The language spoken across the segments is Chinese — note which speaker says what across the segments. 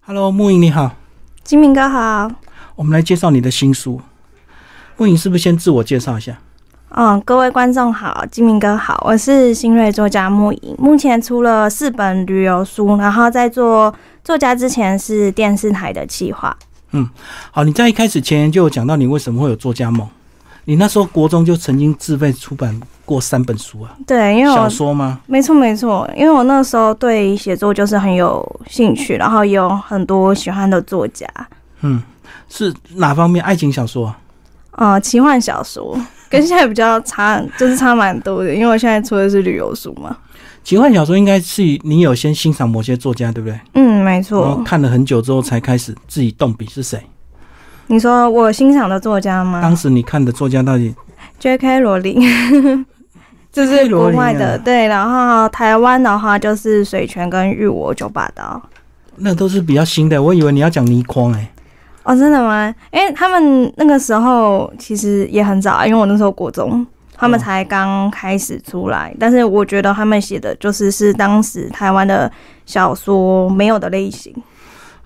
Speaker 1: Hello，木影你好，
Speaker 2: 金明哥好，
Speaker 1: 我们来介绍你的新书。木影是不是先自我介绍一下？
Speaker 2: 嗯，各位观众好，金明哥好，我是新锐作家木影，目前出了四本旅游书，然后在做作家之前是电视台的企划，
Speaker 1: 好，你在一开始前就有讲到你为什么会有作家梦。你那时候国中就曾经自费出版过三本书啊，
Speaker 2: 对，因为我
Speaker 1: 小说吗？
Speaker 2: 没错没错，因为我那时候对写作就是很有兴趣，然后也有很多喜欢的作家，
Speaker 1: 嗯，是哪方面？爱情小说、啊？
Speaker 2: 呃，奇幻小说跟现在比较差，就是差蛮多的，因为我现在出的是旅游书嘛，
Speaker 1: 奇幻小说应该是你有先欣赏某些作家，对不对？
Speaker 2: 嗯，没
Speaker 1: 然后
Speaker 2: 错，
Speaker 1: 看了很久之后才开始自己动笔是谁？
Speaker 2: 你说我欣赏的作家吗？
Speaker 1: 当时你看的作家到底？
Speaker 2: J.K. 罗琳， 就是国外
Speaker 1: J.K. 罗琳啊
Speaker 2: 的，对。然后台湾的话就是水泉跟玉我九把刀。
Speaker 1: 那都是比较新的，我以为你要讲倪匡哎、
Speaker 2: 哦，真的吗？因为他们那个时候其实也很早啊，因为我那时候国中，他们
Speaker 1: 哦
Speaker 2: 才刚开始出来。但是我觉得他们写的就是是当时台湾的小说没有的类型。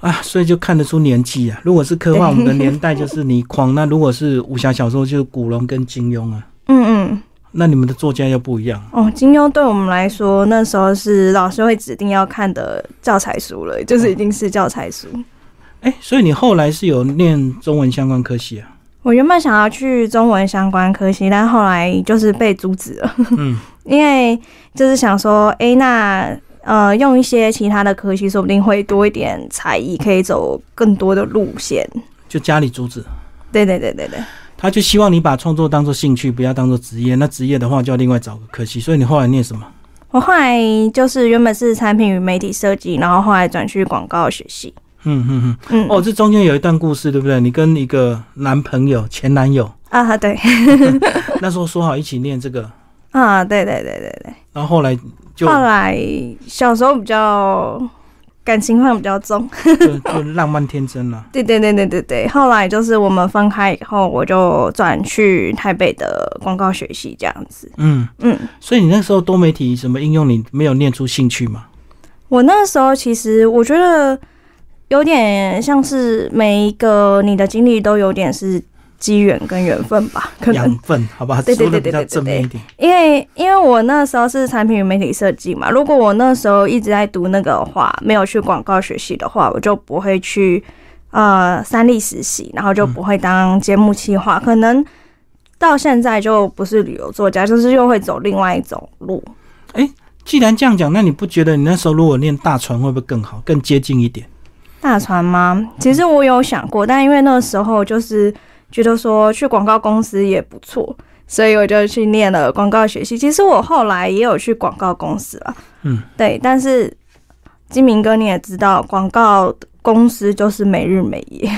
Speaker 1: 啊，所以就看得出年纪啊。如果是科幻，
Speaker 2: 对
Speaker 1: 我们的年代就是倪匡；那如果是武侠小说，就是古龙跟金庸啊。
Speaker 2: 嗯嗯，
Speaker 1: 那你们的作家又不一样，啊
Speaker 2: 哦，金庸对我们来说那时候是老师会指定要看的教材书了，就是已经是教材书。
Speaker 1: 哎、所以你后来是有念中文相关科系啊？
Speaker 2: 我原本想要去中文相关科系，但后来就是被阻止了，
Speaker 1: 嗯，
Speaker 2: 因为就是想说，诶，那呃，用一些其他的科系，说不定会多一点才艺，可以走更多的路线。
Speaker 1: 就家里阻止，
Speaker 2: 对对对对对，
Speaker 1: 他就希望你把创作当做兴趣，不要当做职业。那职业的话，就要另外找个科系。所以你后来念什么？
Speaker 2: 我后来就是原本是产品与媒体设计，然后后来转去广告学系。
Speaker 1: 嗯嗯
Speaker 2: 嗯，
Speaker 1: 嗯。哦，这中间有一段故事，对不对？你跟一个男朋友、前男友，
Speaker 2: 啊，对
Speaker 1: 那时候说好一起念这个，
Speaker 2: 啊，对对对对
Speaker 1: 然后后来
Speaker 2: 对。
Speaker 1: 就
Speaker 2: 后来小时候比较感情上比较重。
Speaker 1: 就就浪漫天真了。
Speaker 2: 对对对对对对，后来就是我们分开以后，我就转去台北的广告学系这样子。
Speaker 1: 嗯。
Speaker 2: 嗯，
Speaker 1: 所以你那时候多媒体什么应用，你没有念出兴趣嘛？
Speaker 2: 我那时候其实我觉得有点像是每一个你的经历都有点是机缘跟缘分吧，可
Speaker 1: 养
Speaker 2: 能
Speaker 1: 分，好吧，
Speaker 2: 对对
Speaker 1: 说的
Speaker 2: 对
Speaker 1: 比
Speaker 2: 对
Speaker 1: 较
Speaker 2: 对对
Speaker 1: 正面一点。
Speaker 2: 因为因为我那时候是产品与媒体设计嘛，如果我那时候一直在读那个的话，没有去广告学系的话，我就不会去呃三立实习，然后就不会当节目企划，可能到现在就不是旅游作家，就是又会走另外一种路。
Speaker 1: 既然这样讲，那你不觉得你那时候如果念大船会不会更好，更接近一点？
Speaker 2: 大船吗？其实我有想过，但因为那时候就是觉得说去广告公司也不错，所以我就去念了广告学系。其实我后来也有去广告公司了，
Speaker 1: 嗯，
Speaker 2: 对。但是金明哥你也知道，广告公司就是没日没夜，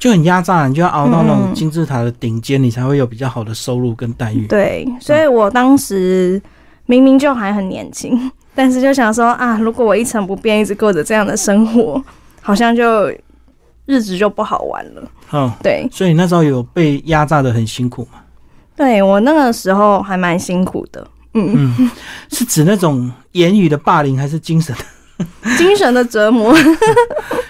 Speaker 1: 就很压榨，你就要熬到那种
Speaker 2: 嗯
Speaker 1: 金字塔的顶尖，你才会有比较好的收入跟待遇。
Speaker 2: 对。所以我当时明明就还很年轻， 但是就想说啊，如果我一成不变，一直过着这样的生活，好像就日子就不好玩了，
Speaker 1: 嗯，
Speaker 2: 对。
Speaker 1: 所以那时候有被压榨的很辛苦嘛？
Speaker 2: 对我那个时候还蛮辛苦的，嗯，
Speaker 1: 嗯，是指那种言语的霸凌还是精神的？
Speaker 2: 精神的折磨。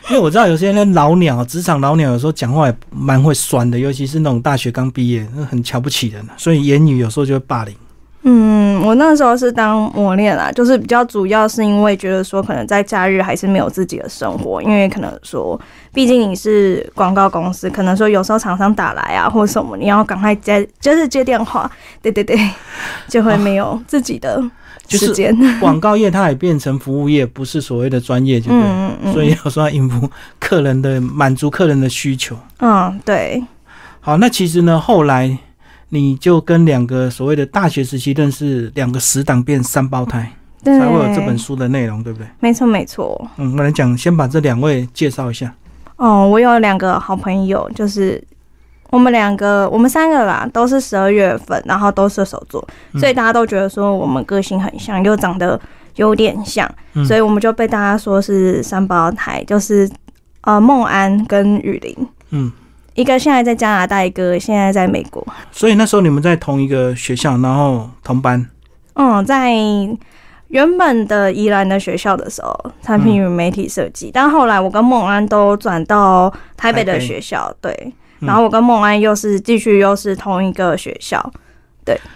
Speaker 1: 因为我知道有些人老鸟，职场老鸟有时候讲话也蛮会酸的，尤其是那种大学刚毕业，那很瞧不起人，啊所以言语有时候就会霸凌。
Speaker 2: 嗯，我那时候是当磨练啦，就是比较主要是因为觉得说，可能在假日还是没有自己的生活，因为可能说，毕竟你是广告公司，可能说有时候厂商打来啊或什么，你要赶快接，就是接电话，对对 对，就会没有自己的
Speaker 1: 就是
Speaker 2: 时间。
Speaker 1: 广告业它也变成服务业，不是所谓的专业，就对了。
Speaker 2: 嗯嗯嗯，
Speaker 1: 所以有时候要应付客人的满足客人的需求。
Speaker 2: 嗯对，
Speaker 1: 好，那其实呢，后来你就跟两个所谓的大学时期认识，两个死党变三胞胎，
Speaker 2: 对
Speaker 1: 才会有这本，书的内容，对不对？
Speaker 2: 没错没错。
Speaker 1: 嗯，我来讲，先把这两位介绍一下。
Speaker 2: 哦，我有两个好朋友，就是我们两个，我们三个啦，都是十二月份，然后都射手座，
Speaker 1: 嗯
Speaker 2: 所以大家都觉得说我们个性很像，又长得有点像，
Speaker 1: 嗯
Speaker 2: 所以我们就被大家说是三胞胎，就是呃梦安跟雨林，
Speaker 1: 嗯，
Speaker 2: 一个现在在加拿大，一个现在在美国，
Speaker 1: 所以那时候你们在同一个学校，然后同班，
Speaker 2: 嗯，在原本的宜兰的学校的时候，产品与媒体设计，但后来我跟孟安都转到台北的学校，对，
Speaker 1: 嗯
Speaker 2: 然后我跟孟安又是继续又是同一个学校，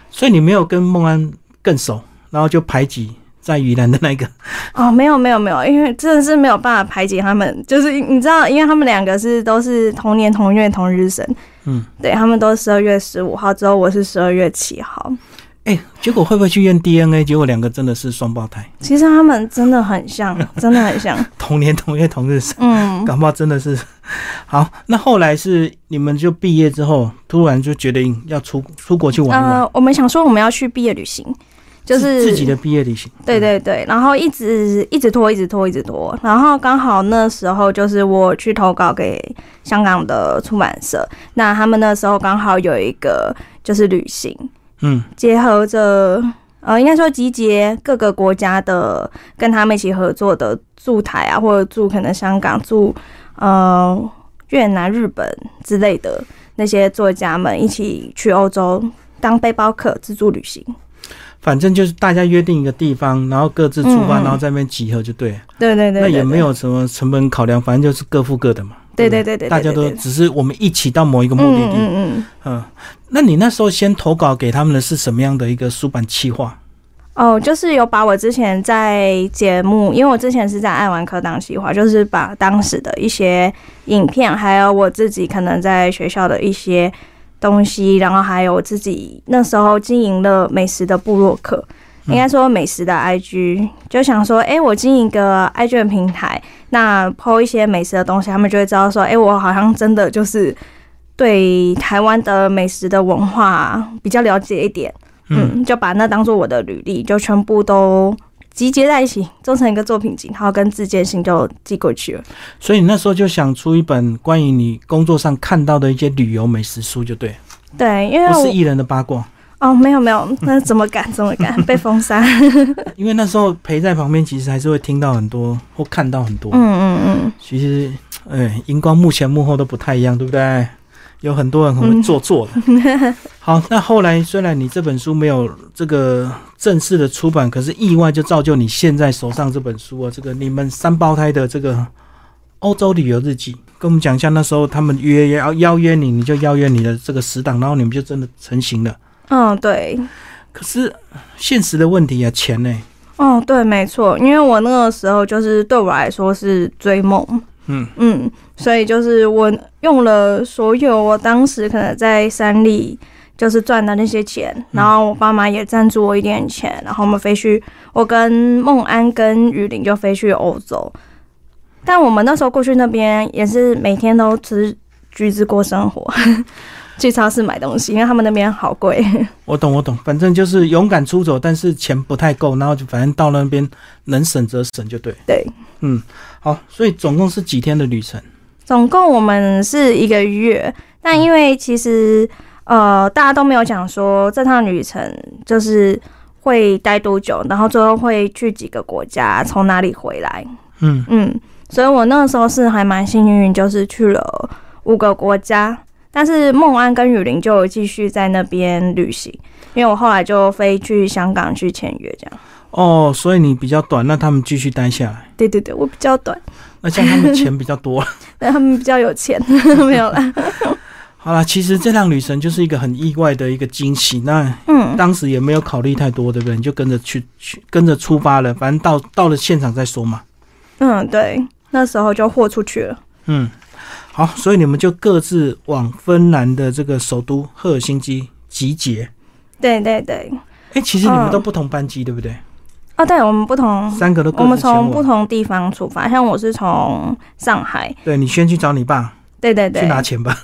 Speaker 1: 所以你没有跟孟安更熟，然后就排挤在宜兰的那个。
Speaker 2: 哦，没有没有没有，因为真的是没有办法排挤他们，就是你知道，因为他们两个是都是同年同月同日生，
Speaker 1: 嗯，
Speaker 2: 对他们都十二月十五号，之后我是十二月七号，
Speaker 1: 哎、结果会不会去验 DNA？结果两个真的是双胞胎，
Speaker 2: 其实他们真的很 像，真的很像，
Speaker 1: 同年同月同日生，
Speaker 2: 嗯，
Speaker 1: 感冒真的是 好。那后来是你们就毕业之后，突然就决定要出出国去玩一玩，
Speaker 2: 呃，我们想说我们要去毕业旅行，就是
Speaker 1: 啊自自己的毕业旅行。
Speaker 2: 对对对，然后一直一直拖，一直拖，一直拖，然后刚好那时候就是我去投稿给香港的出版社，那他们那时候刚好有一个就是旅行，
Speaker 1: 嗯，
Speaker 2: 结合着呃，应该说集结各个国家的跟他们一起合作的驻台啊，或者驻可能香港、驻呃越南、日本之类的那些作家们一起去欧洲当背包客自助旅行。
Speaker 1: 反正就是大家约定一个地方，然后各自出发，
Speaker 2: 嗯嗯
Speaker 1: 然后在那边集合就对了。
Speaker 2: 对对对
Speaker 1: 那也
Speaker 2: 对
Speaker 1: 没有什么成本考量，反正就是各付各的嘛。
Speaker 2: 对
Speaker 1: 不
Speaker 2: 对对对，
Speaker 1: 大家
Speaker 2: 对对
Speaker 1: 都
Speaker 2: 对
Speaker 1: 只是我们一起到某一个目的地。
Speaker 2: 嗯嗯嗯。
Speaker 1: 嗯，那你那时候先投稿给他们的是什么样的一个出版企划？
Speaker 2: 哦，就是有把我之前在节目，因为我之前是在爱玩科当企划，就是把当时的一些影片，还有我自己可能在学校的一些东西，然后还有我自己那时候经营了美食的部落客，
Speaker 1: 嗯
Speaker 2: 应该说美食的 IG，就想说，哎、我经营一个 IG 的平台，那 PO 一些美食的东西，他们就会知道说，哎、我好像真的就是对台湾的美食的文化比较了解一点。嗯，就把那当做我的履历，就全部都集结在一起，做成一个作品集，然后跟自荐信就寄过去了。
Speaker 1: 所以你那时候就想出一本关于你工作上看到的一些旅游美食书，就对了，
Speaker 2: 对，因为
Speaker 1: 不是
Speaker 2: 我
Speaker 1: 艺人的八卦。
Speaker 2: 哦，没有没有，那怎么敢怎么敢被封 杀？
Speaker 1: 因为那时候陪在旁边，其实还是会听到很多或看到很多。
Speaker 2: 嗯嗯嗯，
Speaker 1: 其实，哎，荧光幕前幕后都不太一样，对不对？有很多人很会做作的。好，那后来虽然你这本书没有这个正式的出版，可是意外就造就你现在手上这本书啊，这个你们三胞胎的这个哦欧洲旅游日记，跟我们讲一下那时候他们约邀邀约你，你就邀约你的这个死党，然后你们就真的成型了。
Speaker 2: 嗯对，
Speaker 1: 可是现实的问题啊，钱呢、
Speaker 2: 哦对，没错，因为我那个时候就是对我来说是追梦，
Speaker 1: 嗯
Speaker 2: 嗯，所以就是我用了所有我当时可能在山里就是赚的那些钱，然后我爸妈也赞助我一点钱，然后我们飞去，我跟孟安跟雨林就飞去欧洲，但我们那时候过去那边也是每天都吃橘子过生活， 去超市买东西，因为他们那边好贵。
Speaker 1: 我懂，我懂，反正就是勇敢出走，但是钱不太够，然后就反正到那边能省则省就对。
Speaker 2: 对，
Speaker 1: 嗯，好，所以总共是几天的旅程？
Speaker 2: 总共我们是一个月，但因为其实呃大家都没有讲说这趟旅程就是会待多久，然后最后会去几个国家，从哪里回来，
Speaker 1: 嗯，
Speaker 2: 嗯，所以我那时候是还蛮幸运，就是去了五个国家。但是孟安跟雨林就有继续在那边旅行，因为我后来就飞去香港去签约，这样。
Speaker 1: 哦，所以你比较短，那他们继续待下来，
Speaker 2: 对对对，我比较短，
Speaker 1: 那像他们钱比较 多。
Speaker 2: 但他们比较有钱， 没有啦。
Speaker 1: 好啦，其实这趟旅程就是一个很意外的一个惊喜，那
Speaker 2: 嗯，
Speaker 1: 当时也没有考虑太多，对不对？你就跟着去去跟着出发了，反正到到了现场再说嘛。
Speaker 2: 嗯，对，那时候就豁出去了。
Speaker 1: 嗯，好，所以你们就各自往芬兰的这个首都赫尔辛基集结。
Speaker 2: 对对对，
Speaker 1: 哎、其实你们
Speaker 2: 嗯
Speaker 1: 都不同班机，对不对？
Speaker 2: 哦，对我们不同，
Speaker 1: 三个都
Speaker 2: 我
Speaker 1: 各
Speaker 2: 们
Speaker 1: 自前往。
Speaker 2: 从不同地方出发，像我是从上海，
Speaker 1: 对你先去找你爸
Speaker 2: 对对
Speaker 1: 去
Speaker 2: 对，
Speaker 1: 拿钱吧，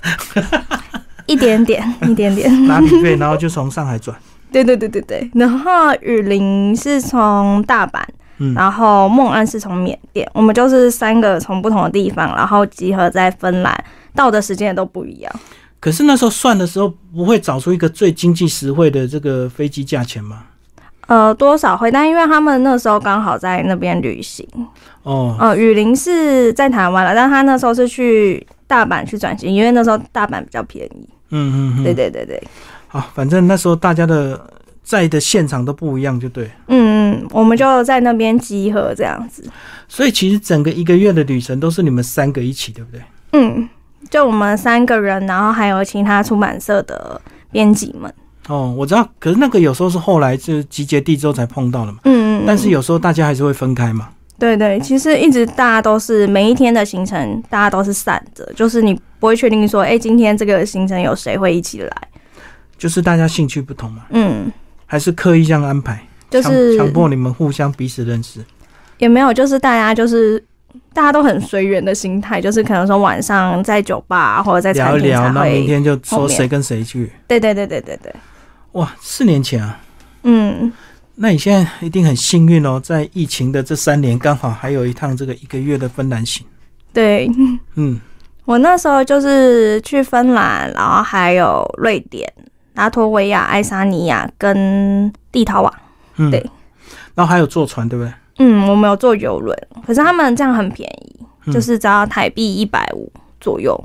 Speaker 2: 一点点， 一点点，
Speaker 1: 拿旅费，然后就从上海转。
Speaker 2: 对对对对对。然后雨林是从大阪，
Speaker 1: 嗯
Speaker 2: 然后孟安是从缅甸，我们就是三个从不同的地方，然后集合在芬兰，到的时间也都不一样。
Speaker 1: 可是那时候算的时候，不会找出一个最经济实惠的这个飞机价钱吗？
Speaker 2: 呃，多少会？但因为他们那时候刚好在那边旅行，
Speaker 1: 哦，
Speaker 2: 呃，雨林是在台湾了，但他那时候是去大阪去转型，因为那时候大阪比较便宜。
Speaker 1: 嗯嗯嗯，
Speaker 2: 对对对对，
Speaker 1: 好，反正那时候大家的在的现场都不一样，就对。
Speaker 2: 嗯嗯，我们就在那边集合这样子。
Speaker 1: 所以其实整个一个月的旅程都是你们三个一起，对不对？
Speaker 2: 嗯，就我们三个人，然后还有其他出版社的编辑们。
Speaker 1: 哦，我知道，可是那个有时候是后来就集结地之后才碰到的嘛。
Speaker 2: 嗯嗯，
Speaker 1: 但是有时候大家还是会分开嘛。
Speaker 2: 对对，其实一直大家都是每一天的行程，大家都是散着，就是你不会确定说，哎、今天这个行程有谁会一起来？
Speaker 1: 就是大家兴趣不同嘛，
Speaker 2: 嗯，
Speaker 1: 还是刻意这样安排，
Speaker 2: 就是
Speaker 1: 强强迫你们互相彼此认识。
Speaker 2: 也没有，就是大家就是大家都很随缘的心态，就是可能说晚上在酒吧、或者在餐
Speaker 1: 聊一
Speaker 2: 厅
Speaker 1: 聊，
Speaker 2: 才
Speaker 1: 那明
Speaker 2: 会。
Speaker 1: 天就
Speaker 2: 后
Speaker 1: 说
Speaker 2: 面
Speaker 1: 谁跟谁去。
Speaker 2: 对对对对对对，
Speaker 1: 哇，四年前啊，
Speaker 2: 嗯，
Speaker 1: 那你现在一定很幸运哦，在疫情的这三年，刚好还有一趟这个一个月的芬兰行。
Speaker 2: 对
Speaker 1: 嗯，
Speaker 2: 我那时候就是去芬兰，然后还有瑞典、拉脱维亚、爱沙尼亚跟立陶宛。
Speaker 1: 嗯
Speaker 2: 对。
Speaker 1: 然后还有坐船，对不对？
Speaker 2: 嗯，我们有坐游轮，可是他们这样很便宜，
Speaker 1: 嗯
Speaker 2: 就是只要台币一百五左右，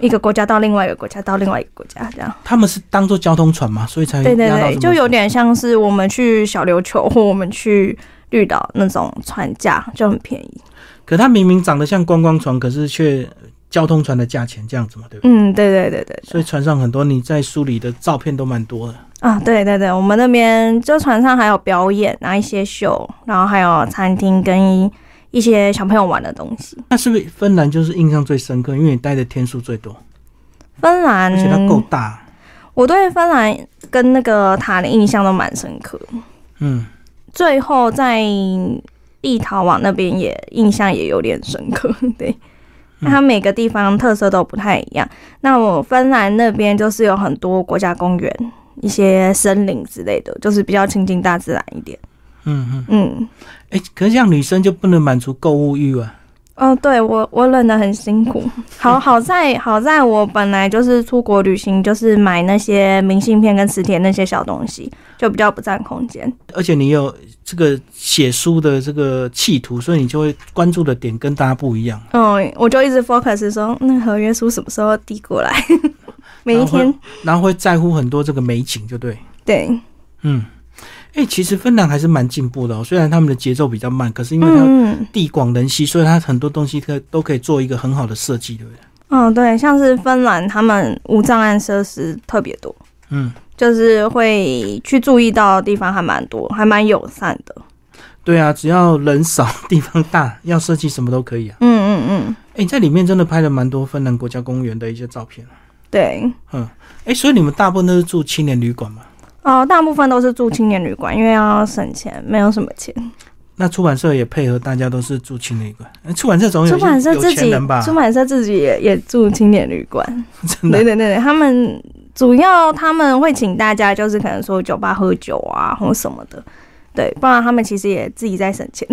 Speaker 2: 一个国家到另外一个国家到另外一个国家这样。
Speaker 1: 他们是当做交通船嘛，所以才
Speaker 2: 对对
Speaker 1: 哎压到这
Speaker 2: 对，
Speaker 1: 么
Speaker 2: 就有
Speaker 1: 多
Speaker 2: 点像是我们去小琉球或我们去绿岛那种船价就很便宜。
Speaker 1: 可它明明长得像观光船，可是却交通船的价钱这样子嘛，对不对？
Speaker 2: 嗯，对对对对
Speaker 1: 所以船上很多你在书里的照片都蛮多的。
Speaker 2: 啊，对对对，我们那边就船上还有表演，然后一些秀，然后还有餐厅跟一一些小朋友玩的东西。
Speaker 1: 那是不是芬兰就是印象最深刻？因为你待的天数最多，
Speaker 2: 芬兰
Speaker 1: 而，且它够大。
Speaker 2: 我对芬兰跟那个塔的印象都蛮深刻的。
Speaker 1: 嗯，
Speaker 2: 最后在立陶宛那边也印象也有点深刻， 对。
Speaker 1: 嗯
Speaker 2: 那它每个地方特色都不太一样。那我芬兰那边就是有很多国家公园、一些森林之类的，就是比较亲近大自然一点。
Speaker 1: 嗯嗯。
Speaker 2: 嗯，
Speaker 1: 哎、可是像女生就不能满足购物欲啊。
Speaker 2: 哦，对我我忍得很辛苦。好好在好在我本来就是出国旅行，就是买那些明信片跟磁铁那些小东西，就比较不占空间。
Speaker 1: 而且你有这个写书的这个企图，所以你就会关注的点跟大家不一样。
Speaker 2: 嗯，我就一直 focus 说，那合约书什么时候递过来？ 每一天，
Speaker 1: 然后会在乎很多这个美景，就对。
Speaker 2: 对，
Speaker 1: 嗯，哎、其实芬兰还是蛮进步的、哦，虽然他们的节奏比较慢，可是因为它
Speaker 2: 嗯，
Speaker 1: 地广人稀，所以它很多东西可都可以做一个很好的设计，对不对？
Speaker 2: 哦，对，像是芬兰，他们无障碍设施特别多，
Speaker 1: 嗯，
Speaker 2: 就是会去注意到的地方还蛮多，还蛮友善的。
Speaker 1: 对啊，只要人少，地方大，要设计什么都可以啊。
Speaker 2: 嗯嗯嗯，
Speaker 1: 哎、你在里面真的拍了蛮多芬兰国家公园的一些照片。
Speaker 2: 对，
Speaker 1: 哎、所以你们大部分都是住青年旅馆嘛？
Speaker 2: 哦，大部分都是住青年旅馆，因为要省钱，没有什么钱。
Speaker 1: 那出版社也配合，大家都是住青年旅馆。哎出版社总有
Speaker 2: 出版社
Speaker 1: 有
Speaker 2: 自
Speaker 1: 钱
Speaker 2: 己
Speaker 1: 人吧，？
Speaker 2: 出版社自己也也住青年旅馆。
Speaker 1: 真的
Speaker 2: 对对对，对他们主要他们会请大家，就是可能说酒吧喝酒啊，或什么的。对，不然他们其实也自己在省 钱。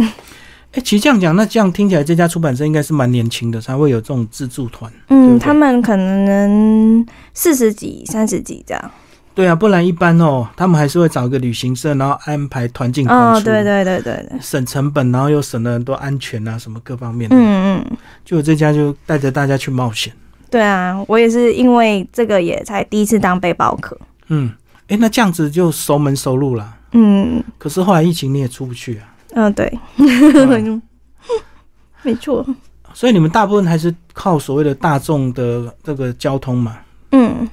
Speaker 1: 哎、其实这样讲，那这样听起来，这家出版社应该是蛮年轻的，才会有这种自助团。对不对
Speaker 2: 嗯，他们可能四十几、三十几这样。
Speaker 1: 对啊，不然一般哦，他们还是会找一个旅行社，然后安排团进团
Speaker 2: 哦，
Speaker 1: 出，
Speaker 2: 对对对对对，
Speaker 1: 省成本，然后又省了很多安全啊什么各方面的。，
Speaker 2: 嗯嗯，
Speaker 1: 就这家就带着大家去冒险。
Speaker 2: 对啊，我也是因为这个也才第一次当背包客。
Speaker 1: 嗯，哎、那这样子就熟门熟路啦。
Speaker 2: 嗯
Speaker 1: 可是后来疫情你也出不去 啊，
Speaker 2: 嗯，对，
Speaker 1: 对
Speaker 2: 没错。
Speaker 1: 所以你们大部分还是靠所谓的大众的这个交通嘛。
Speaker 2: 嗯，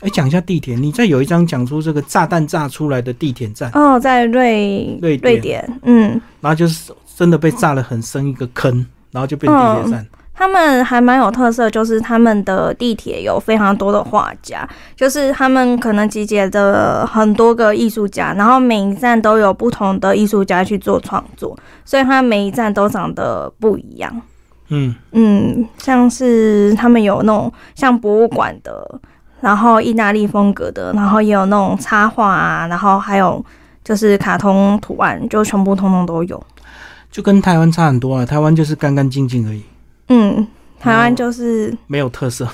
Speaker 1: 哎、讲一下地铁，你在有一章讲出这个炸弹炸出来的地铁站，
Speaker 2: 哦，在瑞
Speaker 1: 瑞典
Speaker 2: 瑞典，嗯，
Speaker 1: 然后就是真的被炸了很深一个坑，然后就变地铁站。
Speaker 2: 他们还蛮有特色，就是他们的地铁有非常多的画家，就是他们可能集结的很多个艺术家，然后每一站都有不同的艺术家去做创作，所以它每一站都长得不一样。
Speaker 1: 嗯，
Speaker 2: 嗯，像是他们有那种像博物馆的，然后意大利风格的，然后也有那种插画啊，然后还有就是卡通图案，就全部通通都有。
Speaker 1: 就跟台湾差很多了，啊台湾就是干干净净而已，
Speaker 2: 嗯，台
Speaker 1: 哦
Speaker 2: 湾就是。
Speaker 1: 没有特色。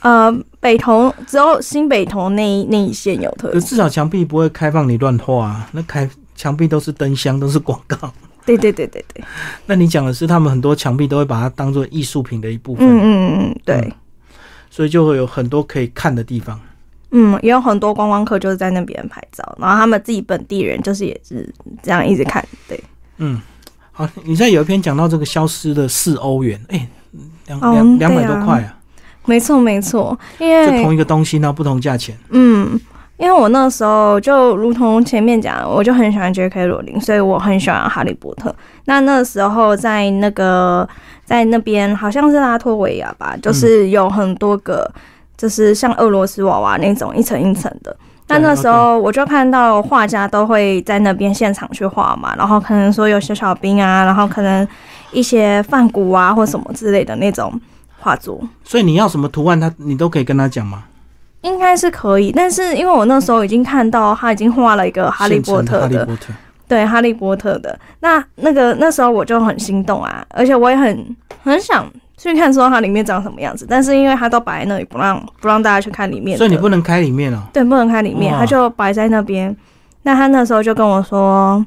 Speaker 2: 呃，北投只有新北投那一那一线有特
Speaker 1: 可
Speaker 2: 色。
Speaker 1: 至少墙壁不会开放你乱画啊，那开墙壁都是灯箱，都是广告。
Speaker 2: 对对对对对，
Speaker 1: 那你讲的是他们很多墙壁都会把它当做艺术品的一部分，
Speaker 2: 嗯嗯嗯嗯，对，
Speaker 1: 所以就会有很多可以看的地方。
Speaker 2: 嗯嗯，也有很多观光客就是在那边拍照，然后他们自己本地人就是也是这样一直看，对，
Speaker 1: 嗯，好，你在有一篇讲到这个消失的四欧元，哎、两
Speaker 2: 哦
Speaker 1: 两
Speaker 2: 对啊
Speaker 1: 两百多块啊，
Speaker 2: 没错没错，因
Speaker 1: 就
Speaker 2: 为
Speaker 1: 同一个东西，那不同价钱。
Speaker 2: 嗯，因为我那时候就如同前面讲，我就很喜欢 J.K. 罗琳，所以我很喜欢哈利波特。那那时候在那个在那边好像是拉脱维亚吧，就是有很多个，就是像俄罗斯娃娃那种一层一层的。那那时候我就看到画家都会在那边现场去画嘛，然后可能说有小小兵啊，然后可能一些饭鼓啊或什么之类的那种画作。
Speaker 1: 所以你要什么图案，他你都可以跟他讲嘛。
Speaker 2: 应该是可以，但是因为我那时候已经看到他已经画了一个哈利波
Speaker 1: 现成
Speaker 2: 特
Speaker 1: 的哈
Speaker 2: 的，
Speaker 1: 利波特，
Speaker 2: 对哈利波特的，那那个那时候我就很心动啊，而且我也很很想去看说它里面长什么样子，但是因为它都摆在那里不让不让大家去看里面的，
Speaker 1: 所以你不能开里面哦。
Speaker 2: 对不能看里面，
Speaker 1: 哇
Speaker 2: 它就摆在那边。那他那时候就跟我说，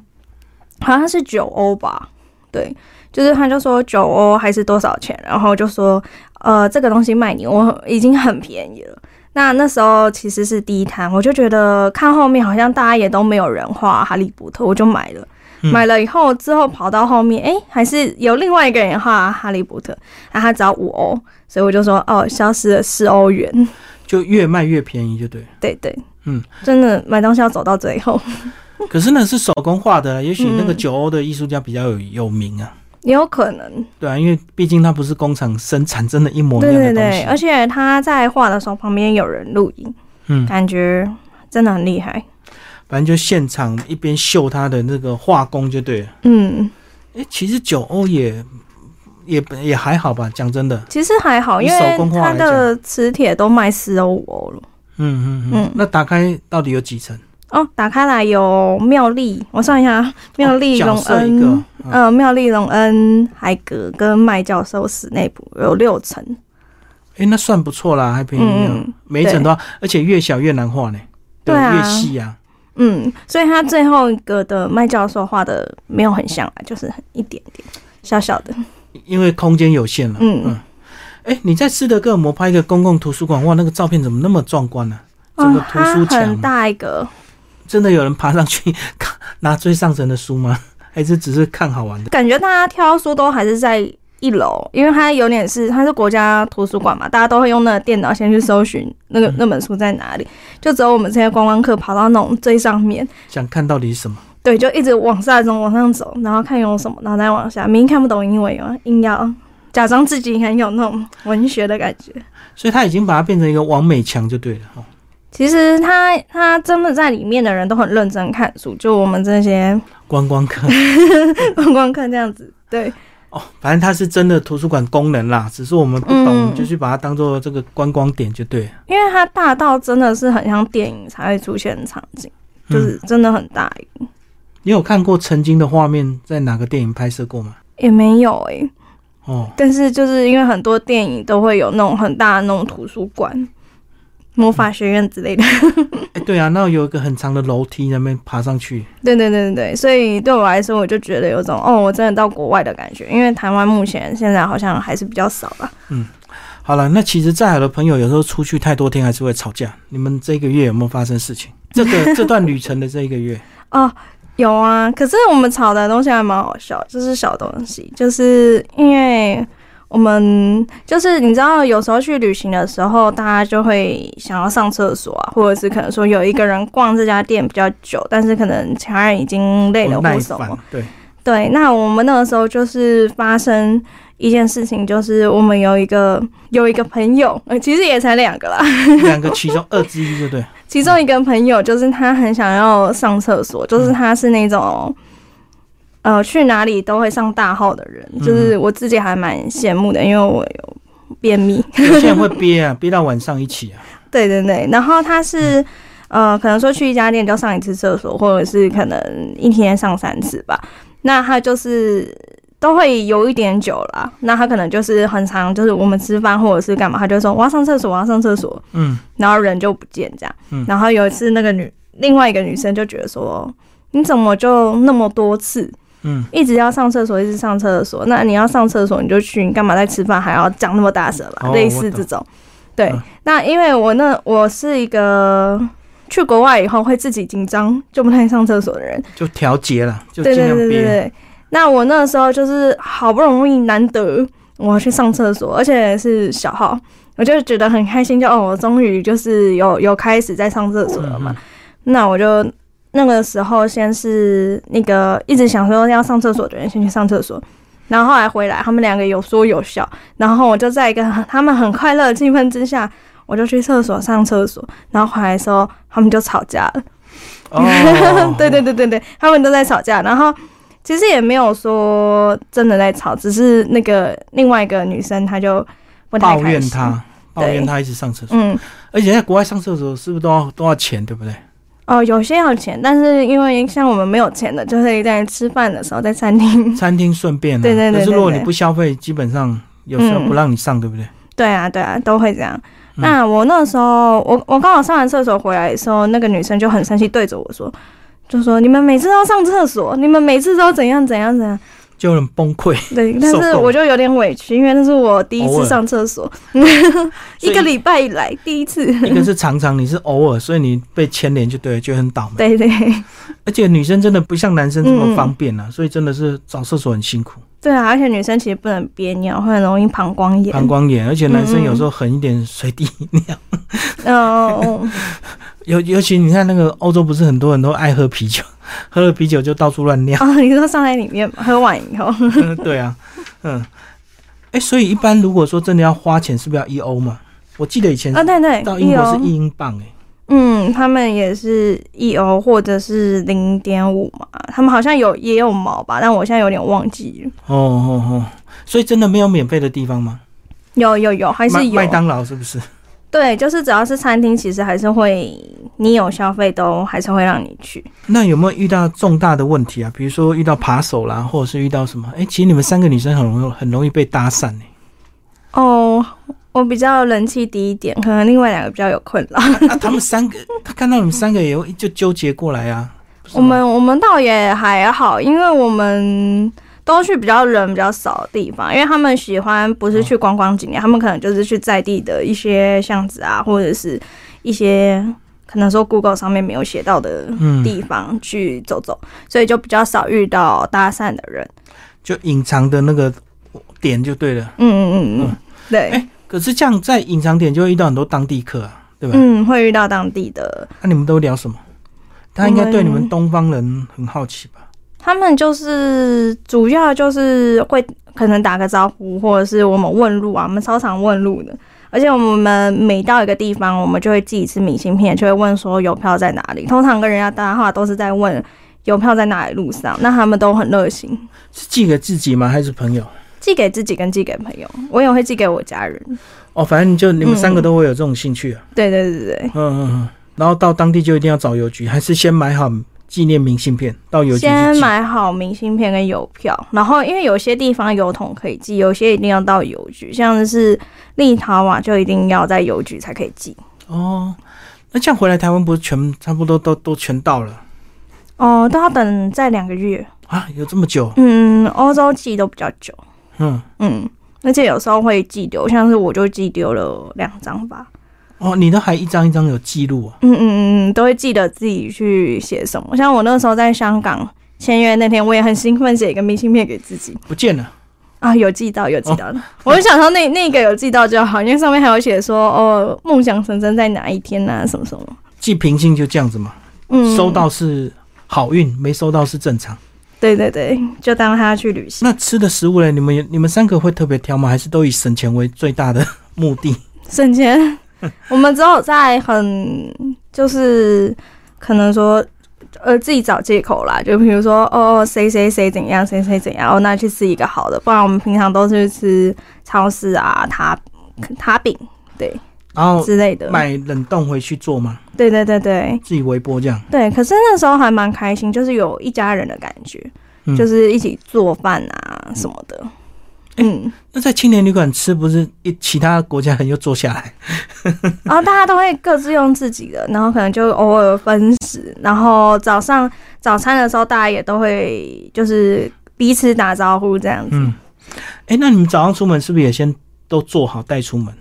Speaker 2: 好像是九欧吧，对，就是他就说九欧还是多少钱，然后就说，呃，这个东西卖你，我已经很便宜了。那那时候其实是第一摊，我就觉得看后面好像大家也都没有人画哈利波特，我就买了。
Speaker 1: 嗯
Speaker 2: 买了以后之后跑到后面，哎、还是有另外一个人画哈利波特，那他只要五欧，所以我就说哦，消失了四欧元。
Speaker 1: 就越卖越便宜，就对。
Speaker 2: 对对，
Speaker 1: 嗯，
Speaker 2: 真的买东西要走到最后，
Speaker 1: 可是那是手工画的，啊也许那个
Speaker 2: 嗯
Speaker 1: 九欧的艺术家比较有有名啊，
Speaker 2: 也有可能。
Speaker 1: 对啊，因为毕竟他不是工厂生产真的一模一
Speaker 2: 对
Speaker 1: 样的
Speaker 2: 对
Speaker 1: 东
Speaker 2: 对，
Speaker 1: 西。
Speaker 2: 而且他在画的时候旁边有人录影，
Speaker 1: 嗯，
Speaker 2: 感觉真的很厉害。
Speaker 1: 反正就现场一边秀他的那个画工就对了。
Speaker 2: 嗯，
Speaker 1: 哎、其实九欧也也也还好吧，讲真的，
Speaker 2: 其实还好，
Speaker 1: 以
Speaker 2: 因
Speaker 1: 手
Speaker 2: 为
Speaker 1: 工画
Speaker 2: 他
Speaker 1: 来
Speaker 2: 的磁铁都卖四欧五欧了。
Speaker 1: 嗯嗯嗯
Speaker 2: 嗯。
Speaker 1: 那打开到底有几层？
Speaker 2: 哦，打开来有妙丽，我算一下，妙丽、
Speaker 1: 哦角
Speaker 2: 荣
Speaker 1: 色一
Speaker 2: 恩，
Speaker 1: 个，嗯
Speaker 2: 呃，妙丽、荣恩、海格跟麦教授史内普有六层。
Speaker 1: 哎、那算不错啦，还便宜啊。
Speaker 2: 嗯
Speaker 1: 每一层都要，而且越小越难画呢，
Speaker 2: 对啊
Speaker 1: 越细啊。
Speaker 2: 嗯，所以他最后一个的麦教授画的没有很像啊，就是很一点点小小的。
Speaker 1: 因为空间有限了。
Speaker 2: 嗯
Speaker 1: 嗯。哎、你在斯德哥尔摩拍一个公共图书馆，哇，那个照片怎么那么壮观呢、整个
Speaker 2: 啊，
Speaker 1: 图
Speaker 2: 它
Speaker 1: 书墙、
Speaker 2: 很大一个，
Speaker 1: 真的有人爬上去 看拿最上层的书吗？还是只是看好玩的？
Speaker 2: 感觉大家挑书都还是在一楼，因为它有点是它是国家图书馆嘛，大家都会用那个电脑先去搜寻那
Speaker 1: 嗯
Speaker 2: 个那本书在哪里，就只有我们这些观光客跑到那种最上面，
Speaker 1: 想看到底是什么？
Speaker 2: 对，就一直往上走，往上走，然后看有什么，然后再往下，明明看不懂英文，然后硬要假装自己很有那种文学的感觉。
Speaker 1: 所以他已经把它变成一个完美墙就对了。哦
Speaker 2: 其实他他真的在里面的人都很认真看书，就我们这些
Speaker 1: 观光客
Speaker 2: 观光客这样子，对，
Speaker 1: 哦，反正它是真的图书馆功能啦，只是我们不懂，
Speaker 2: 嗯
Speaker 1: 就去把它当做这个观光点就对了。
Speaker 2: 因为它大到真的是很像电影才会出现的场景，就是真的很大一个，
Speaker 1: 你有看过曾经的画面在哪个电影拍摄过吗？
Speaker 2: 也没有诶、
Speaker 1: 哦，
Speaker 2: 但是就是因为很多电影都会有那种很大的那种图书馆、魔法学院之类的，
Speaker 1: 哎，对啊，那有一个很长的楼梯，那边爬上去，
Speaker 2: 对对对对对，所以对我来说，我就觉得有种哦，我真的到国外的感觉，因为台湾目前现在好像还是比较少吧。
Speaker 1: 好了，那其实在海的朋友有时候出去太多天还是会吵架。你们这个月有没有发生事情？这 个这段旅程的这一个月，
Speaker 2: 哦，有啊，可是我们炒的东西还蛮好笑，就是小东西，就是因为我们就是你知道，有时候去旅行的时候，大家就会想要上厕所啊，或者是可能说有一个人逛这家店比较久，但是可能其他人已经累了
Speaker 1: 不
Speaker 2: 或
Speaker 1: 哦耐
Speaker 2: 什么
Speaker 1: 烦，，对，
Speaker 2: 对，那我们那个时候就是发生一件事情，就是我们有一个有一个朋友，呃，其实也才两个啦，
Speaker 1: 两个其中二之一，对不对？
Speaker 2: 其中一个朋友就是他很想要上厕所，就是他是那种，呃，去哪里都会上大号的人，
Speaker 1: 嗯
Speaker 2: 就是我自己还蛮羡慕的，因为我有便秘。
Speaker 1: 有些人会憋啊，憋到晚上一起啊。
Speaker 2: 对对对，然后他是。呃，可能说去一家店就上一次厕所，或者是可能一天上三次吧。那他就是都会有一点久啦。那他可能就是很常，就是我们吃饭或者是干嘛，他就说我要上厕所，我要上厕所。
Speaker 1: 嗯，
Speaker 2: 然后人就不见这样。
Speaker 1: 嗯
Speaker 2: 然后有一次，那个女另外一个女生就觉得说，你怎么就那么多次，
Speaker 1: 嗯，
Speaker 2: 一直要上厕所，一直上厕所？那你要上厕所你就去，你干嘛在吃饭还要讲那么大声啦？
Speaker 1: 哦
Speaker 2: 类似这种。对
Speaker 1: 嗯，
Speaker 2: 那因为我那我是一个去国外以后会自己紧张就不太上厕所的人，
Speaker 1: 就调节了，就
Speaker 2: 对
Speaker 1: 尽
Speaker 2: 对
Speaker 1: 量
Speaker 2: 对对
Speaker 1: 憋。
Speaker 2: 对。那我那时候就是好不容易难得我要去上厕所，而且是小号，我就觉得很开心，就哦，我终于就是有有开始在上厕所了
Speaker 1: 嗯
Speaker 2: 嘛。那我就那个时候先是那个一直想说要上厕所的人先去上厕所，然后后来回来，他们两个有说有笑，然后我就在一个很他们很快乐的气氛之下，我就去厕所上厕所，然后回来的时候他们就吵架了。，
Speaker 1: 哦
Speaker 2: 对对对对对，他们都在吵架，然后其实也没有说真的在吵，只是那个另外一个女生她就不太
Speaker 1: 抱
Speaker 2: 开嗯
Speaker 1: 怨
Speaker 2: 心，
Speaker 1: 他，抱怨他一直上厕所，
Speaker 2: 嗯，
Speaker 1: 而且在国外上厕所是不是都要都要钱，对不对？
Speaker 2: 哦，有些要钱，但是因为像我们没有钱的，就是在吃饭的时候在餐厅，
Speaker 1: 餐厅顺便啊，
Speaker 2: 嗯对对对
Speaker 1: 可是
Speaker 2: 对
Speaker 1: 如果
Speaker 2: 对
Speaker 1: 你不消费，基本上有时候不让你上，对不对？
Speaker 2: 对啊对啊，都会这样。那我那时候，我我刚好上完厕所回来的时候，那个女生就很生气，对着我说，就说你们每次都上厕所，你们每次都怎样怎样怎样。
Speaker 1: 就很崩溃。
Speaker 2: 对，但
Speaker 1: 受够
Speaker 2: 是
Speaker 1: 了
Speaker 2: 我就有点委屈，因为那是我第一
Speaker 1: 偶
Speaker 2: 次
Speaker 1: 尔
Speaker 2: 上 厕所，
Speaker 1: 所以
Speaker 2: 一个礼拜以来第一次。
Speaker 1: 一个是常常你是偶尔，所以你被牵连就对，就很倒霉。
Speaker 2: 对对
Speaker 1: 而且女生真的不像男生这么方便
Speaker 2: 嗯
Speaker 1: 啊，所以真的是找厕所很辛苦，
Speaker 2: 对啊，而且女生其实不能憋尿，会很容易膀胱炎。
Speaker 1: 膀 胱炎。而且男生
Speaker 2: 嗯嗯
Speaker 1: 有时候狠一点，随地尿。
Speaker 2: 嗯，
Speaker 1: 尤尤其你看那个欧洲，不是很多人都爱喝啤酒，喝了啤酒就到处乱尿。
Speaker 2: 哦， 你说上来里面喝完以后，
Speaker 1: 嗯对啊，嗯，哎、所以一般如果说真的要花钱，是不是要一欧嘛？我记得以前
Speaker 2: 啊，对对，
Speaker 1: 嗯到英国是
Speaker 2: 欧
Speaker 1: 一英镑、哎，
Speaker 2: 嗯，他们也是一欧或者是零点五嘛，他们好像有也有毛吧，但我现在有点忘记了。
Speaker 1: 哦哦哦，所以真的没有免费的地方吗？
Speaker 2: 有有有，还是
Speaker 1: 麦麦
Speaker 2: 有。
Speaker 1: 当劳是不是？
Speaker 2: 对，就是只要是餐厅，其实还是会你有消费都还是会让你去。
Speaker 1: 那有没有遇到重大的问题啊？比如说遇到扒手啦，或者是遇到什么？哎、其实你们三个女生很容易很容易被搭讪呢、
Speaker 2: 哦，我比较人气低一点，可能另外两个比较有困扰。
Speaker 1: 啊，他们三个，他看到你们三个也会就纠结过来啊。 不是
Speaker 2: 我
Speaker 1: 吗
Speaker 2: 们我们倒也还好，因为我们都去比较人比较少的地方，因为他们喜欢不是去观光景点，他们可能就是去在地的一些巷子啊，或者是一些可能说 Google 上面没有写到的
Speaker 1: 嗯，
Speaker 2: 地方去走走，所以就比较少遇到搭讪的人。
Speaker 1: 就隐藏的那个点就对了。
Speaker 2: 嗯嗯嗯嗯，对，
Speaker 1: 哎可是这样在隐藏点就会遇到很多当地客啊，对吧？那、
Speaker 2: 嗯，会遇到当地的
Speaker 1: 你们都聊什么？他应该对你
Speaker 2: 我
Speaker 1: 们
Speaker 2: 们
Speaker 1: 东方人很好奇吧？
Speaker 2: 他们就是主要就是会可能打个招呼，或者是我们问路啊，我们超常问路的。而且我们每到一个地方，我们就会寄一次明信片，就会问说邮票在哪里。通常跟人家搭话都是在问邮票在哪里路上，那他们都很热心，
Speaker 1: 是寄给自己吗？还是朋友？
Speaker 2: 寄给自己跟寄给朋友，我也会寄给我家人。
Speaker 1: 哦，反正就你们三个都会有这种兴趣啊。
Speaker 2: 对对对对
Speaker 1: 嗯嗯嗯。然后到当地就一定要找邮局，还是先买好纪念明信片，到邮
Speaker 2: 对，
Speaker 1: 局去
Speaker 2: 先
Speaker 1: 寄。
Speaker 2: 买好明信片跟邮票，然后因为有些地方邮筒可以寄，有些一定要到邮局，像是立陶宛就一定要在邮局才可以寄。
Speaker 1: 哦，那这样回来台湾不是全差不多都都全到了
Speaker 2: 哦，都要等再两个月。
Speaker 1: 啊？有这么久？
Speaker 2: 嗯，欧洲寄都比较久。
Speaker 1: 嗯，
Speaker 2: 嗯，而且有时候会寄丢，像是我就寄丢了两张吧。
Speaker 1: 哦，你都还一张一张有记录啊？
Speaker 2: 嗯嗯嗯，都会记得自己去写什么。像我那时候在香港签约那天，我也很兴奋，写一个明信片给自己
Speaker 1: 不见了，
Speaker 2: 啊，有寄到，有寄到
Speaker 1: 哦
Speaker 2: 的。我就想说那那个有寄到就好，因为上面还有写说哦，梦想成真在哪一天呐、什么什么。
Speaker 1: 寄平信就这样子嘛。
Speaker 2: 嗯，
Speaker 1: 收。到是好运，没收到是正常。
Speaker 2: 对对对，就当他去旅行。
Speaker 1: 那吃的食物嘞，你们有你们三个会特别挑吗？还是都以省钱为最大的目 的？
Speaker 2: 省钱。我们只有在很就是可能说呃自己找借口啦，就比如说哦谁谁谁怎样，谁谁怎样，哦那去吃一个好的，不然我们平常都是吃超市啊塔塔饼
Speaker 1: 然后
Speaker 2: 之类的。
Speaker 1: 哦买冷冻回去做吗？
Speaker 2: 对对对对
Speaker 1: 自己微波这样？
Speaker 2: 对，可是那时候还蛮开心，就是有一家人的感觉，
Speaker 1: 嗯
Speaker 2: 就是一起做饭啊什么的。嗯，
Speaker 1: 那在青年旅馆吃不是一其他国家人又坐下来？
Speaker 2: 然后大家都会各自用自己的，然后可能就偶尔分食，然后早上早餐的时候，大家也都会就是彼此 打招呼这样子。
Speaker 1: 嗯，哎、那你们早上出门是不是也先都做好带出门？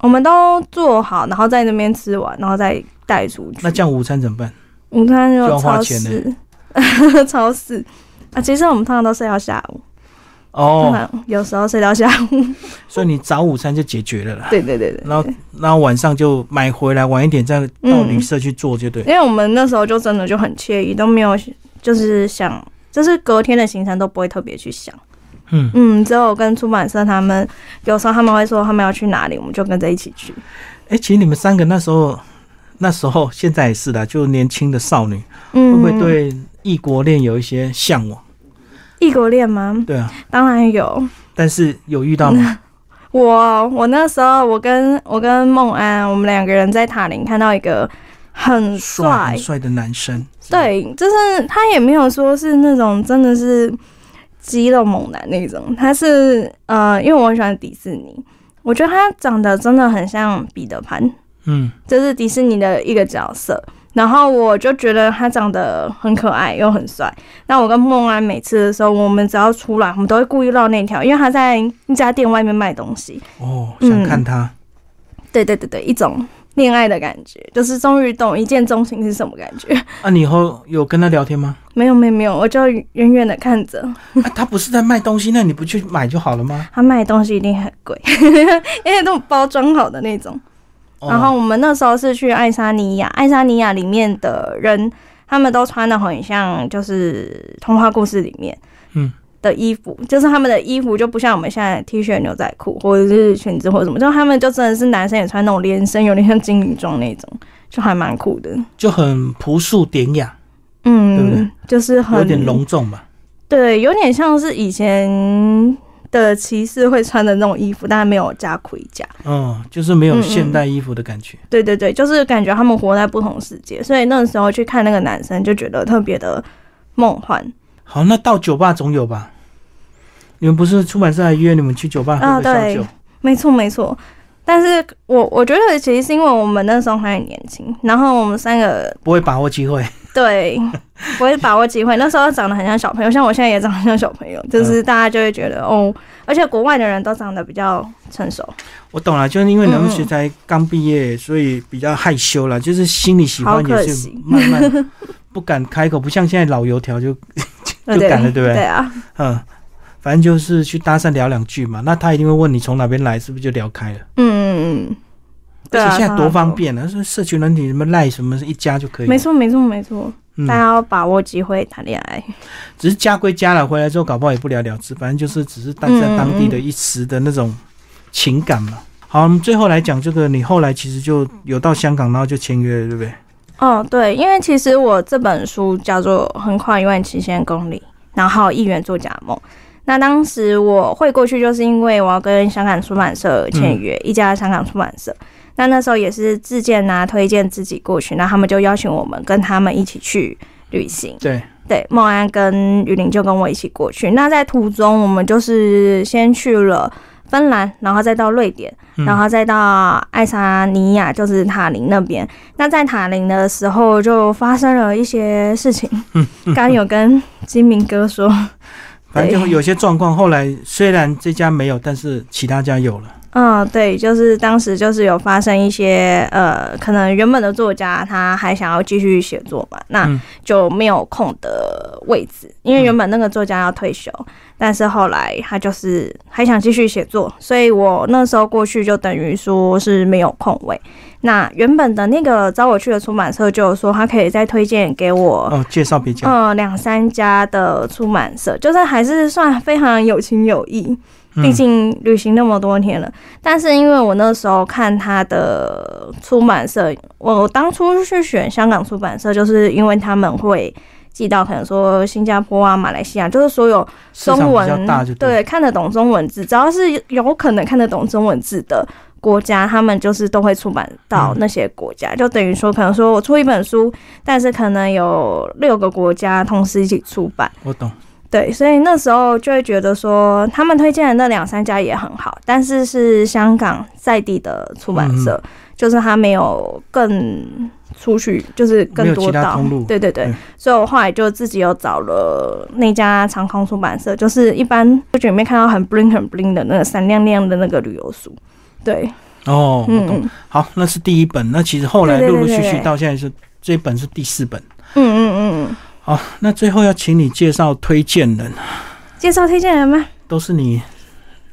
Speaker 2: 我们都做好，然后在那边吃完，然后再带出去。
Speaker 1: 那这样午餐怎么办？
Speaker 2: 午餐
Speaker 1: 就
Speaker 2: 就
Speaker 1: 要花
Speaker 2: 超
Speaker 1: 钱
Speaker 2: 市，超市 啊。其实我们通常都睡到下午，通
Speaker 1: 哦，
Speaker 2: 常有时候睡到下午。
Speaker 1: 所以你早午餐就解决了啦。
Speaker 2: 对对对对，
Speaker 1: 然后，然后晚上就买回来，晚一点再到旅社去做就对。
Speaker 2: 因为我们那时候就真的就很惬意，都没有就是想，就是隔天的行程都不会特别去想。
Speaker 1: 嗯，
Speaker 2: 嗯，只有跟出版社他们，有时候他们会说他们要去哪里，我们就跟着一起去。
Speaker 1: 哎、其实你们三个那时候，那时候现在也是的，就年轻的少女，
Speaker 2: 嗯，
Speaker 1: 会不会对异国恋有一些向往？
Speaker 2: 异国恋吗？
Speaker 1: 对啊，
Speaker 2: 当然有。
Speaker 1: 但是有遇到吗？
Speaker 2: 我我那时候我跟我跟孟安，我们两个人在塔林看到一个嗯很
Speaker 1: 帅
Speaker 2: 帅
Speaker 1: 很，帅的男生，
Speaker 2: 对，就是他也没有说是那种真的是肌肉猛男那种，他是呃，因为我很喜欢迪士尼，我觉得他长得真的很像彼得潘，
Speaker 1: 嗯，
Speaker 2: 这是迪士尼的一个角色。然后我就觉得他长得很可爱又很帅。那我跟孟安每次的时候，我们只要出来，我们都会故意绕那条，因为他在一家店外面卖东西。
Speaker 1: 哦，想看他。
Speaker 2: 嗯对对对对，一种恋爱的感觉，就是终于懂一见钟情是什么感觉。
Speaker 1: 啊，你以后有跟他聊天吗？
Speaker 2: 没有没有没有，我就远远的看着
Speaker 1: 啊，他不是在卖东西，那你不去买就好了吗？
Speaker 2: 他卖的东西一定很贵， 因为那种包装好的那种。
Speaker 1: 哦
Speaker 2: 然后我们那时候是去爱沙尼亚，爱沙尼亚里面的人，他们都穿的很像，就是童话故事里面，
Speaker 1: 嗯。
Speaker 2: 的衣服就是他们的衣服就不像我们现在的 T 恤、牛仔裤或者是裙子或者什么，就他们就真的是男生也穿那种连身，有点像精灵装那种，就还蛮酷的。
Speaker 1: 就很朴素典雅，
Speaker 2: 嗯，
Speaker 1: 对不对
Speaker 2: 就是很
Speaker 1: 有点隆重吧。
Speaker 2: 对，有点像是以前的骑士会穿的那种衣服，但没有加盔甲。
Speaker 1: 嗯，就是没有
Speaker 2: 嗯嗯
Speaker 1: 现代衣服的感觉。
Speaker 2: 对对对，就是感觉他们活在不同世界，所以那时候去看那个男生就觉得特别的梦幻
Speaker 1: 好，那到酒吧总有吧？你们不是出版社还约你们去酒吧
Speaker 2: 啊
Speaker 1: 喝个小
Speaker 2: 对
Speaker 1: 酒？
Speaker 2: 没错没错，但是我我觉得其实是因为我们那时候还很年轻，然后我们三个
Speaker 1: 不会把握机会，
Speaker 2: 对不会把握机会，那时候长得很像小朋友，像我现在也长得像小朋友，
Speaker 1: 嗯
Speaker 2: 就是大家就会觉得哦，而且国外的人都长得比较成熟，
Speaker 1: 我懂了，就是因为
Speaker 2: 嗯嗯
Speaker 1: 同学才刚毕业，所以比较害羞啦，就是心里喜欢
Speaker 2: 好可
Speaker 1: 也是
Speaker 2: 惜
Speaker 1: 慢慢 不敢开口，不像现在老油条就就
Speaker 2: 对
Speaker 1: 敢了对不对
Speaker 2: 对啊，
Speaker 1: 嗯，反正就是去搭讪聊两句嘛。那他一定会问你从哪边来，是不是就聊开了？
Speaker 2: 嗯，对
Speaker 1: 而
Speaker 2: 啊
Speaker 1: 且现在多方，便啊，说社群软体什么赖什么一加就可以了。
Speaker 2: 当然没错没错没错，
Speaker 1: 嗯
Speaker 2: 大家要把握机会谈恋爱。
Speaker 1: 只是加归加了，回来之后搞不好也不了了之，反正就是只是当
Speaker 2: 嗯
Speaker 1: 在当地的一时的那种情感嘛。好，我们最后来讲这个，你后来其实就有到香港，然后就签约了，对不对？
Speaker 2: 哦，对，因为其实我这本书叫做《横跨一万七千公里》，然后还有《一元作假梦》。那当时我会过去，就是因为我要跟香港出版社签约，一家香港出版社。那那时候也是自荐啊，推荐自己过去，那他们就邀请我们跟他们一起去旅行。
Speaker 1: 对，
Speaker 2: 对，孟安跟雨林就跟我一起过去。那在途中，我们就是先去了芬兰，然后再到瑞典，
Speaker 1: 嗯
Speaker 2: 然后再到爱沙尼亚，就是塔林那边。那在塔林的时候，就发生了一些事情。刚刚有跟金明哥说，
Speaker 1: 反正就有些状况。后来虽然这家没有，但是其他家有了。
Speaker 2: 嗯，对，就是当时就是有发生一些呃，可能原本的作家他还想要继续写作嘛，那
Speaker 1: 嗯
Speaker 2: 就没有空的位置，因为原本那个作家要退休，但是后来他就是还想继续写作，所以我那时候过去就等于说是没有空位。那原本的那个找我去的出版社就有说，他可以再推荐给我
Speaker 1: 哦，介绍别家，
Speaker 2: 呃两三家的出版社，就是还是算非常有情有义。毕
Speaker 1: 嗯
Speaker 2: 竟旅行那么多天了。但是因为我那时候看他的出版社，我当初去选香港出版社，就是因为他们会寄到可能说新加坡啊、马来西亚，就是所有
Speaker 1: 市场
Speaker 2: 中
Speaker 1: 比较
Speaker 2: 文
Speaker 1: 大就
Speaker 2: 对看得懂中文字，只要是有可能看得懂中文字的。国家他们就是都会出版到
Speaker 1: 嗯
Speaker 2: 那些国家，就等于说，可能说我出一本书，但是可能有六个国家同时一起出版，
Speaker 1: 我懂。
Speaker 2: 对，所以那时候就会觉得说，他们推荐的那两三家也很好，但是是香港在地的出版社，
Speaker 1: 嗯
Speaker 2: 就是它没有更出去，就是
Speaker 1: 没
Speaker 2: 更
Speaker 1: 有其
Speaker 2: 多
Speaker 1: 他
Speaker 2: 道
Speaker 1: 通路。
Speaker 2: 对对对，
Speaker 1: 嗯
Speaker 2: 所以我后来就自己又找了那家长空出版社，就是一般就里面看到很 bling 很 bling 的那个闪亮亮的那个旅游书。对，
Speaker 1: 哦，我懂。
Speaker 2: 嗯
Speaker 1: 好，那是第一本。那其实后来
Speaker 2: 对对
Speaker 1: 陆陆
Speaker 2: 对
Speaker 1: 续
Speaker 2: 对
Speaker 1: 续
Speaker 2: 对
Speaker 1: 到现在是这一本是第四本。
Speaker 2: 嗯嗯嗯
Speaker 1: 好，那最后要请你介绍推荐人，
Speaker 2: 嗯，介绍推荐人吗？
Speaker 1: 都是你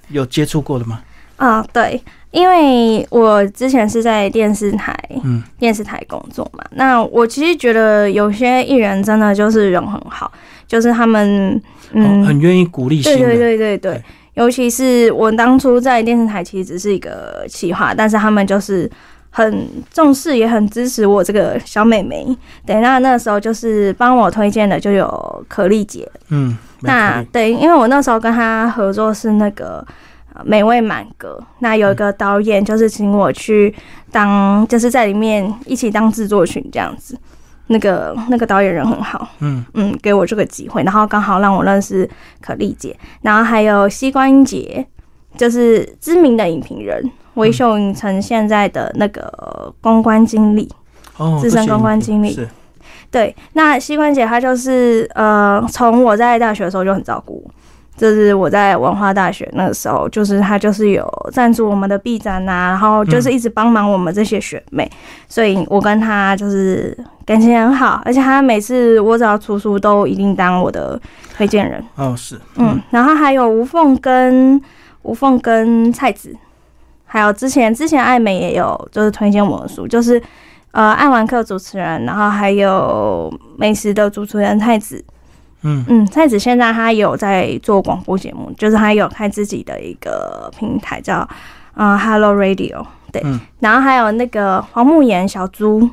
Speaker 1: 有接触过的吗？
Speaker 2: 啊、对，因为我之前是在电视台，
Speaker 1: 嗯
Speaker 2: 电视台工作嘛。那我其实觉得有些艺人真的就是人很好，就是他们，嗯，
Speaker 1: 哦、很愿意鼓励
Speaker 2: 对
Speaker 1: 新
Speaker 2: 对
Speaker 1: 人。
Speaker 2: 对对对
Speaker 1: 对，
Speaker 2: 尤其是我当初在电视台其实只是一个企划，但是他们就是很重视，也很支持我这个小妹妹。对，那那时候就是帮我推荐的就有可丽姐，
Speaker 1: 嗯，没
Speaker 2: 那
Speaker 1: 错
Speaker 2: 对，因为我那时候跟他合作是那个呃《美味满格》，那有一个导演就是请我去当，就是在里面一起当制作群这样子。那个那个导演人很好，
Speaker 1: 嗯
Speaker 2: 嗯，给我这个机会，然后刚好让我认识可丽姐，然后还有膝关节，就是知名的影评人魏秀影城现在的那个公关经理，
Speaker 1: 哦，
Speaker 2: 资深
Speaker 1: 这些
Speaker 2: 公关
Speaker 1: 影
Speaker 2: 经理
Speaker 1: 是
Speaker 2: 对，那膝关节他就是呃，从我在大学的时候就很照顾我，就是我在文化大学那个时候，就是他就是有赞助我们的 B 站啊，然后就是一直帮忙我们这些学妹，所以我跟他就是感情很好，而且他每次我只要出书都一定当我的推荐人，
Speaker 1: 哦是
Speaker 2: 嗯，然后还有吴凤跟吴凤跟蔡子，还有之前之前艾美也有就是推荐我的书，就是呃爱玩客主持人，然后还有美食的主持人蔡子，
Speaker 1: 嗯
Speaker 2: 嗯，蔡子现在他有在做广播节目，就是他有开自己的一个平台叫嗯 Hello Radio，对，
Speaker 1: 嗯
Speaker 2: 然后还有那个黄慕言小猪，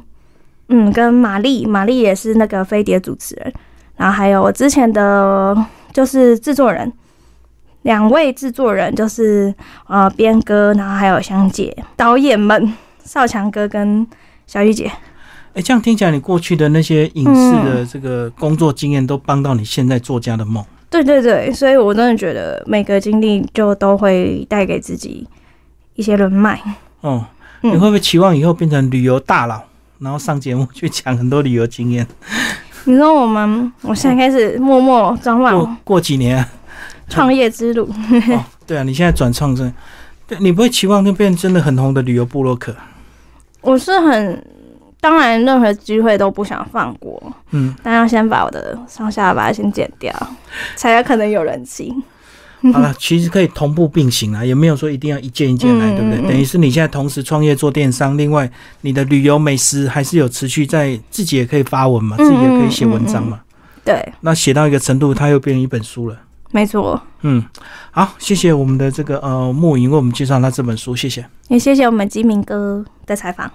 Speaker 2: 嗯，跟玛丽，玛丽也是那个飞碟主持人，然后还有我之前的就是制作人，两位制作人就是呃边哥，然后还有香姐，导演们少强哥跟小玉姐，
Speaker 1: 哎、这样听起来，你过去的那些影视
Speaker 2: 嗯
Speaker 1: 的这个工作经验，都帮到你现在作家的梦。
Speaker 2: 对对对，所以我真的觉得每个经历就都会带给自己一些人脉。
Speaker 1: 哦，你
Speaker 2: 嗯
Speaker 1: 会不会期望以后变成旅游大佬，然后上节目去讲很多旅游经验？
Speaker 2: 你说我们，我现在开始默默转
Speaker 1: 过
Speaker 2: 往
Speaker 1: 过几年、啊，
Speaker 2: 创业之路。
Speaker 1: 哦，对啊，你现在转创真的，对，你不会期望就变真的很红的旅游部落客？
Speaker 2: 我是很，当然任何机会都不想放过，
Speaker 1: 嗯，
Speaker 2: 但要先把我的上下巴先剪掉，才有可能有人气。
Speaker 1: 好了，其实可以同步并行啊，也没有说一定要一件一件来，对
Speaker 2: 嗯
Speaker 1: 不
Speaker 2: 嗯
Speaker 1: 对？
Speaker 2: 嗯
Speaker 1: 等于是你现在同时创业做电商，另外你的旅游美食还是有持续在，自己也可以发文嘛，
Speaker 2: 嗯
Speaker 1: 自己也可以写文章嘛。
Speaker 2: 对，
Speaker 1: 那写到一个程度，它又变成一本书了。
Speaker 2: 没错。
Speaker 1: 嗯，好，谢谢我们的这个呃木影为我们介绍他这本书，谢谢。
Speaker 2: 也谢谢我们吉明哥的采访。